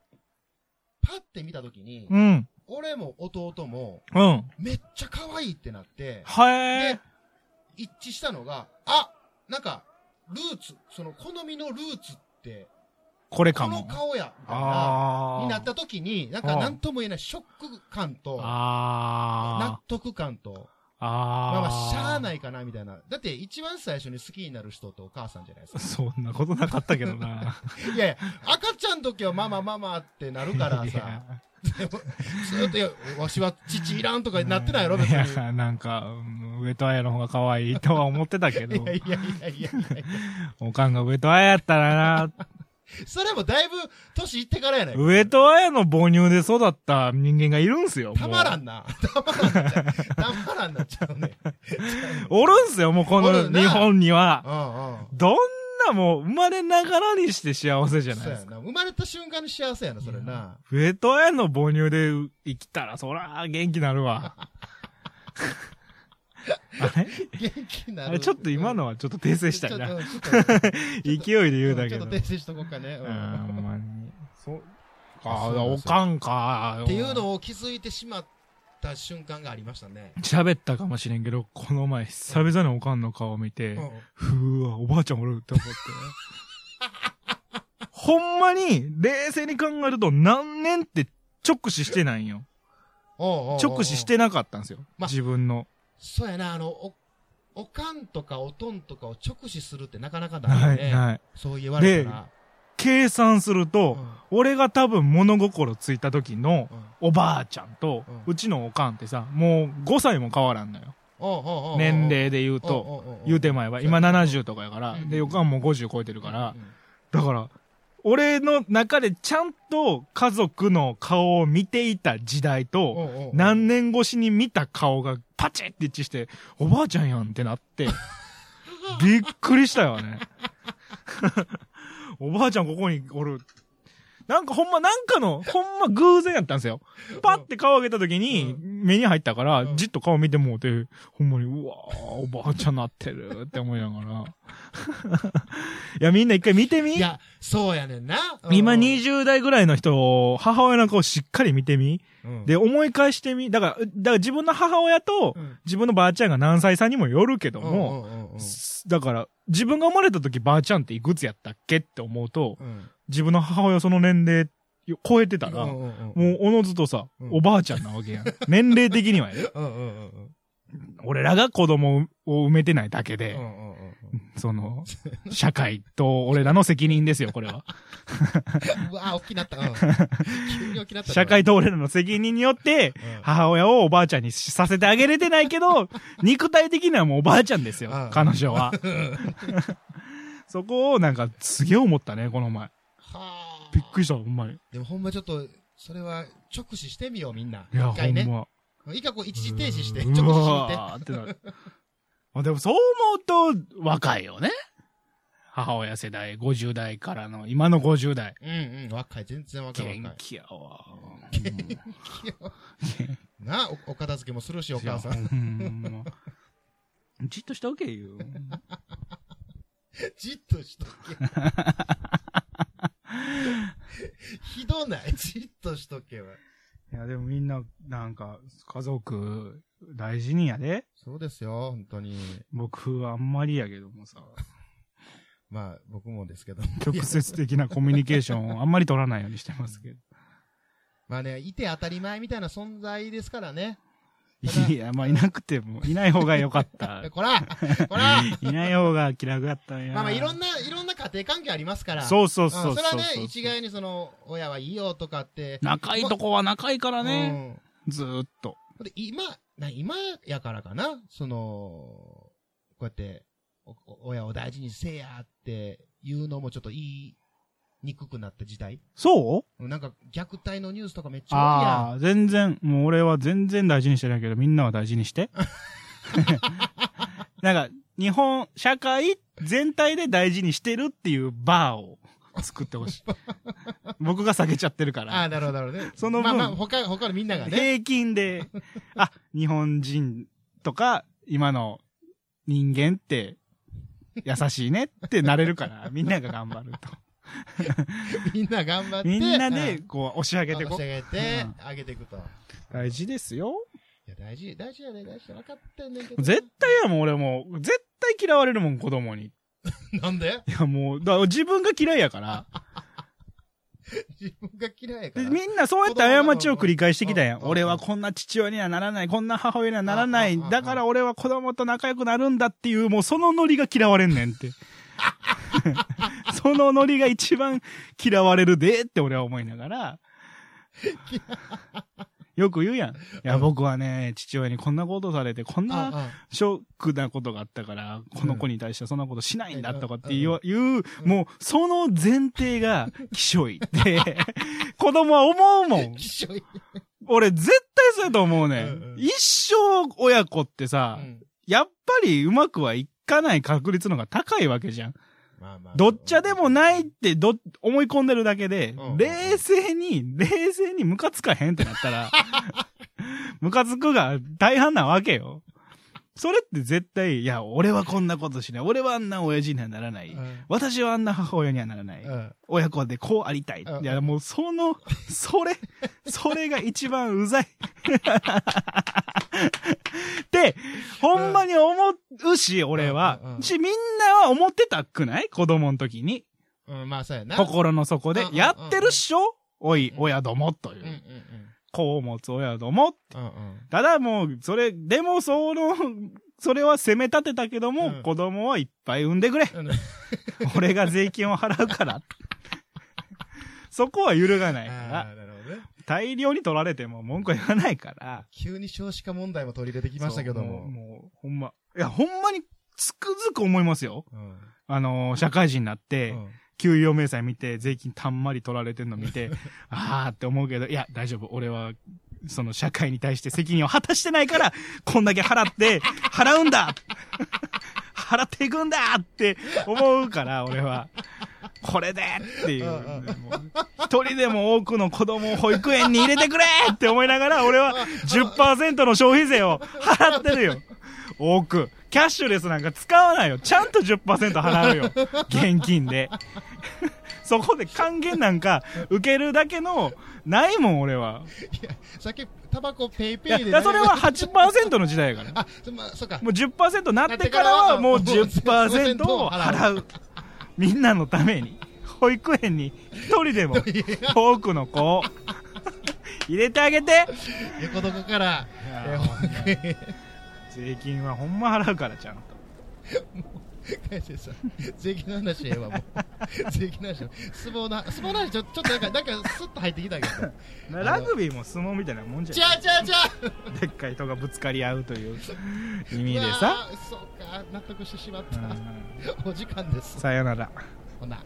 B: パッて見たときに、
C: うん。
B: 俺も弟も、
C: うん。
B: めっちゃ可愛いってなって、
C: は
B: で
C: え。、
B: 一致したのが、あなんか、ルーツ、その好みのルーツって、
C: これ
B: こ
C: か
B: の
C: も。
B: 顔や、みたいな、
C: ああ。
B: になった時に、なん
C: あ
B: か
C: ー
B: なんとも言えないショック感と、納
C: あ
B: 得感と、
C: あ。ああ。。
B: まあまあ、しゃあないいかな、みたいな。だって、一番最初に好きになる人ってお母さんじゃないですか。
C: そんなことなかったけどな。
B: いやいや、赤ちゃんの時はママママってなるから
C: い
B: さ
C: や、。
B: でもずっといや、わしは父いらんとかなってないやろ、別に。い
C: いや、なんか、うん上戸彩の方が可愛いとは思ってたけど、
B: やいやいやいやいやいや
C: おかんが上戸彩やったらな、
B: それもだいぶ、年いってからやないか
C: 上戸彩の母乳で育った人間がいるんすよ。もう
B: たまらんな。たまらんなっちゃう。たまらんなっちゃうね。
C: おるんすよ、もうこ
B: お
C: の
B: るな
C: 日本には。
B: うんうん。
C: どんなもう生まれながらにして幸せじゃない
B: そう
C: で
B: や
C: すか。
B: な。生まれた瞬間に幸せやな、それな。
C: 上戸彩の母乳で生きたら、そら、元気な るわ。あれ
B: 元気にな
C: あ
B: る。
C: れちょっと今のはちょっと訂
B: う
C: 正
B: ん、
C: したい
B: ちょ
C: な。
B: っとうんちょっと
C: 勢いで言うだけ
B: ちょ
C: ど。
B: っと訂正しとこうかね。う
C: う、
B: んん
C: ほんまに。そう。
B: そ
C: あ
B: う
C: あ、
B: なん
C: お
B: ですよ
C: かんか。
B: っていうのを気づいてしまった瞬間がありましたね。
C: 喋ったかもしれんけど、この前、久々におかんの顔を見て、
B: うん
C: ふうわ、おばあちゃんおるって思 って。ほんまに、冷静に考えると、何年って直視してないんよ。
B: おうおうおう
C: 直視し。てなかったんですよ。
B: ま
C: 自分の。
B: そうやな、あの、お、おかんとかおとんとかを直視するってなかなかな
C: はい
B: よ
C: い、
B: ね。
C: はい。
B: そう言われたら。
C: 計算する
B: う
C: と、
B: ん
C: 俺が多分物心ついた時の、
B: うん
C: おばあちゃんと、
B: う
C: うちのおかんってさ、もう5歳も変わらんのよ。
B: おうおうおうおう
C: 年齢で言うと。
B: おうおうおう
C: 言うて前は、今70とかやから
B: う、ん
C: で、横はもう50超えてるから
B: う、ん
C: だから、俺の中でちゃんと家族の顔を見ていた時代
B: お
C: と、
B: うおうおう
C: 何年越しに見た顔がパチッって一致して、おばあちゃんやんってな って、びっくりしたよね。 おばあちゃんここにおる。なんかほんま、なんかの、ほんま偶然やったんですよ。パッて顔上げた時に、目に入ったから
B: う、ん
C: じっと顔見てもうて、ほんまに、うわー、おばあちゃんなってるって思いながら。い や、みんな一回見てみ
B: いや、そうやねんな。うん
C: 今、20代ぐらいの人を、母親の顔しっかり見てみ。
B: うん
C: で、思い返してみ。だから、だから自分の母親と
B: うん、
C: 自分のばあちゃんが何歳差にもよるけども、
B: うんうんうんうん
C: すだから、自分が生まれた時ばあちゃんっていくつやったっけって思うと、
B: うん
C: 自分の母親その年齢超えてたら、
B: うん
C: も
B: うんうん
C: うおのずとさ
B: う、ん
C: おばあちゃんなわけやん。 年齢的にはね。
B: うんうんうんうん
C: 俺らが子供を埋めてないだけで
B: う、んうんうんうん
C: その、社会と俺らの責任ですよ、これは。
B: うわー、大きなった。うん急に大きなったな。
C: 社会と俺らの責任によって、
B: うん
C: 母親をおばあちゃんにさせてあげれてないけ ど、肉体的にはもうおばあちゃんですよ
B: うん、
C: 彼 女は。そこをなんかすげえ思ったね、この前。
B: はあ
C: びっくりした、ほんまに。
B: でもほんまちょっと、それは直視してみよう、みんな。
C: い
B: 一
C: や、ほ
B: 回
C: ん
B: ね。
C: ま。
B: 一回こう一時停止して、直
C: う
B: 視
C: ん
B: して
C: う
B: みて。
C: わーってなる。あでもそう思うと若いよね。母親世代、50代からの、今の50代。
B: うんうん、若い、全然若い若い。
C: 元気やわ。
B: なあお、お片付けもするし、お母さん。
C: ん。ほんまじっとしておけよ。
B: じっとしとけ。ひどない、じっとしとけは。
C: いや、でもみんな、なんか、家族、大事にやで。
B: そうですよ、本当に。
C: 僕はあんまりやけども さ、
B: まあ、僕もですけど。
C: 直接的なコミュニケーションをあんまり取らないようにしてますけど。
B: まあね、いて当たり前みたいな存在ですからね。
C: いや、まあ、いなくても、いない方が良か った
B: え。こら、こら、
C: いない方が気楽だったんや。
B: まあまあ、いろんな、いろんな家庭関係ありますから。
C: そうそうそうそう。
B: んそれはね、一概にその、親はいいよとかって。
C: 仲いいとこは仲いいからね。
B: うん
C: ずーっと。
B: で今、な今やからかな、その、こうやって、おお親を大事にせやって言うのもちょっと言いにくくなった時代。
C: そう
B: なんか虐待のニュースとかめっちゃ
C: ああ、全然、もう俺は全然大事にしてないけど、みんなは大事 にして。なんか、日本、社会全体で大事にしてるっていうバーを作っ てほしい。僕が下げちゃってるか
B: 多いやん。ああ、な
C: ら。
B: るほど、なるほどね。
C: その
B: まあ
C: 分
B: まあ、他、他のみんながね。
C: 平均で、あ、日本人とか、今の人間って、優しいねってなれるから、みんなが頑張る と。
B: みんな頑張って。
C: みんな
B: う
C: で、こう、押し上げ
B: 上げ
C: て
B: て
C: こ
B: 上
C: う。
B: げて
C: うん、
B: 上げていくと。い
C: 大事ですよ。
B: や、大事、大事やね、大事や。分かってんねんけど。
C: 絶対やもん、俺もう。絶対嫌われるもん、子供に。
B: なんで
C: いや、もう、だから自分が嫌いやから。
B: 自分が嫌いやか
C: で
B: ら。
C: みんなそうやって過ちを繰り返してきたや
B: うん
C: ん。
B: うん
C: 俺はこんな父親にはならない、こんな母親にはならな
B: うん
C: い
B: うんう、ん
C: だから俺は子供と仲良くなるんだっていう、もうそのノリが嫌われんね んって。そのノリが一番嫌われるでって俺は思いな がら。よく言うやん。いや、僕はね、父親にこんなことされて、こんな
B: あ
C: ショックなことがあったから、この子に対してはそんなことしないんだとかって
B: う
C: い
B: ん
C: う、いうもう、その前提が、きしょいって、 子供は思うも
B: あ
C: ん。
B: きしょい。
C: 俺、絶対そうやと思う
B: う
C: ね
B: んうんん。
C: 一生、親子ってさ
B: う、ん
C: やっぱりうまくはいかない確率の方が高いわけじゃん。
B: まあまあ
C: どっちゃでもないって、ど、思い込んでるだけで
B: うん、
C: 冷静に、冷静にムカつかへんってなっ たら、ムカつくが大半なわけよ。それって絶対、いや、俺はこんなことしない。俺はあんな親父にはならない。
B: うん
C: 私はあんな母親にはならない。
B: うん
C: 親子でこうありたい。
B: うん
C: いや、もうその、 それ、それが一番うざい。 って、ほんまに思うし、俺
B: うんうん
C: は
B: う。ん
C: し、みんなは思ってたくない子供の時に。
B: うん、まあそうやな。
C: 心の底で
B: うんうん。うん
C: やってるっしょおい、
B: うん
C: 親どもとい
B: うんうん
C: う。子を持つ親ども。
B: うん。うん
C: ただもう、それ、でも、その、 それは責め立てたけども、
B: うん
C: 子供はいっぱい産んでくれ。
B: うん。
C: 俺が税金を払うから。 そこは揺るがないから
B: あ。ーなるほどね。
C: 大量に取られても文句は言わないから。
B: 急に少子化問題も取り出てきましたけど
C: そう
B: も。
C: もう、ほんま。いや、ほんまにつくづく思いますよ。
B: うん
C: あのー社会人になって、
B: うん
C: 給与明細見て、税金たんまり取られてんの見て、あーって思うけど、いや、大丈夫。俺は、その社会に対して責任を果たしてないから、こんだけ払って、払うんだ払っていくんだって思うから、俺は。これでっていう。
B: うんうん
C: もう一人でも多くの子供を保育園に入れてくれって思いながら、俺は10%の消費税を払ってるよ。多く。キャッシュレスなんか使わないよ。ちゃんと10%払うよ。現金で。そこで還元なんか受けるだけの、ないもん俺は。
B: さっき、タバコペイ
C: い
B: ペイ
C: や、
B: で
C: だ
B: ね。
C: からそれは8%の時代やから。
B: あ、そまあそうか。
C: もう10%なってからはもう10%を払う。みんなのために、保育園に一人でも多くの子を入れてあげて。
B: 横床から、えー保育 園
C: 税金はほんま払うからちゃんと。
B: 返せさ税金の話ええわ、もう。税金の話。相撲の、相撲の話、ちょちょっとなんか、なんか、スッと入ってきたけど。
C: なラグビーも相撲みたいなもんじ
B: ち
C: ゃ
B: ゃうちゃうちゃう
C: ないでっかい人がぶつかり合うという意
B: い
C: 味
B: い
C: でさ。
B: そうか、納得してしまっ
C: う
B: た。
C: ん
B: お時間です。
C: さよなら。
B: ほな。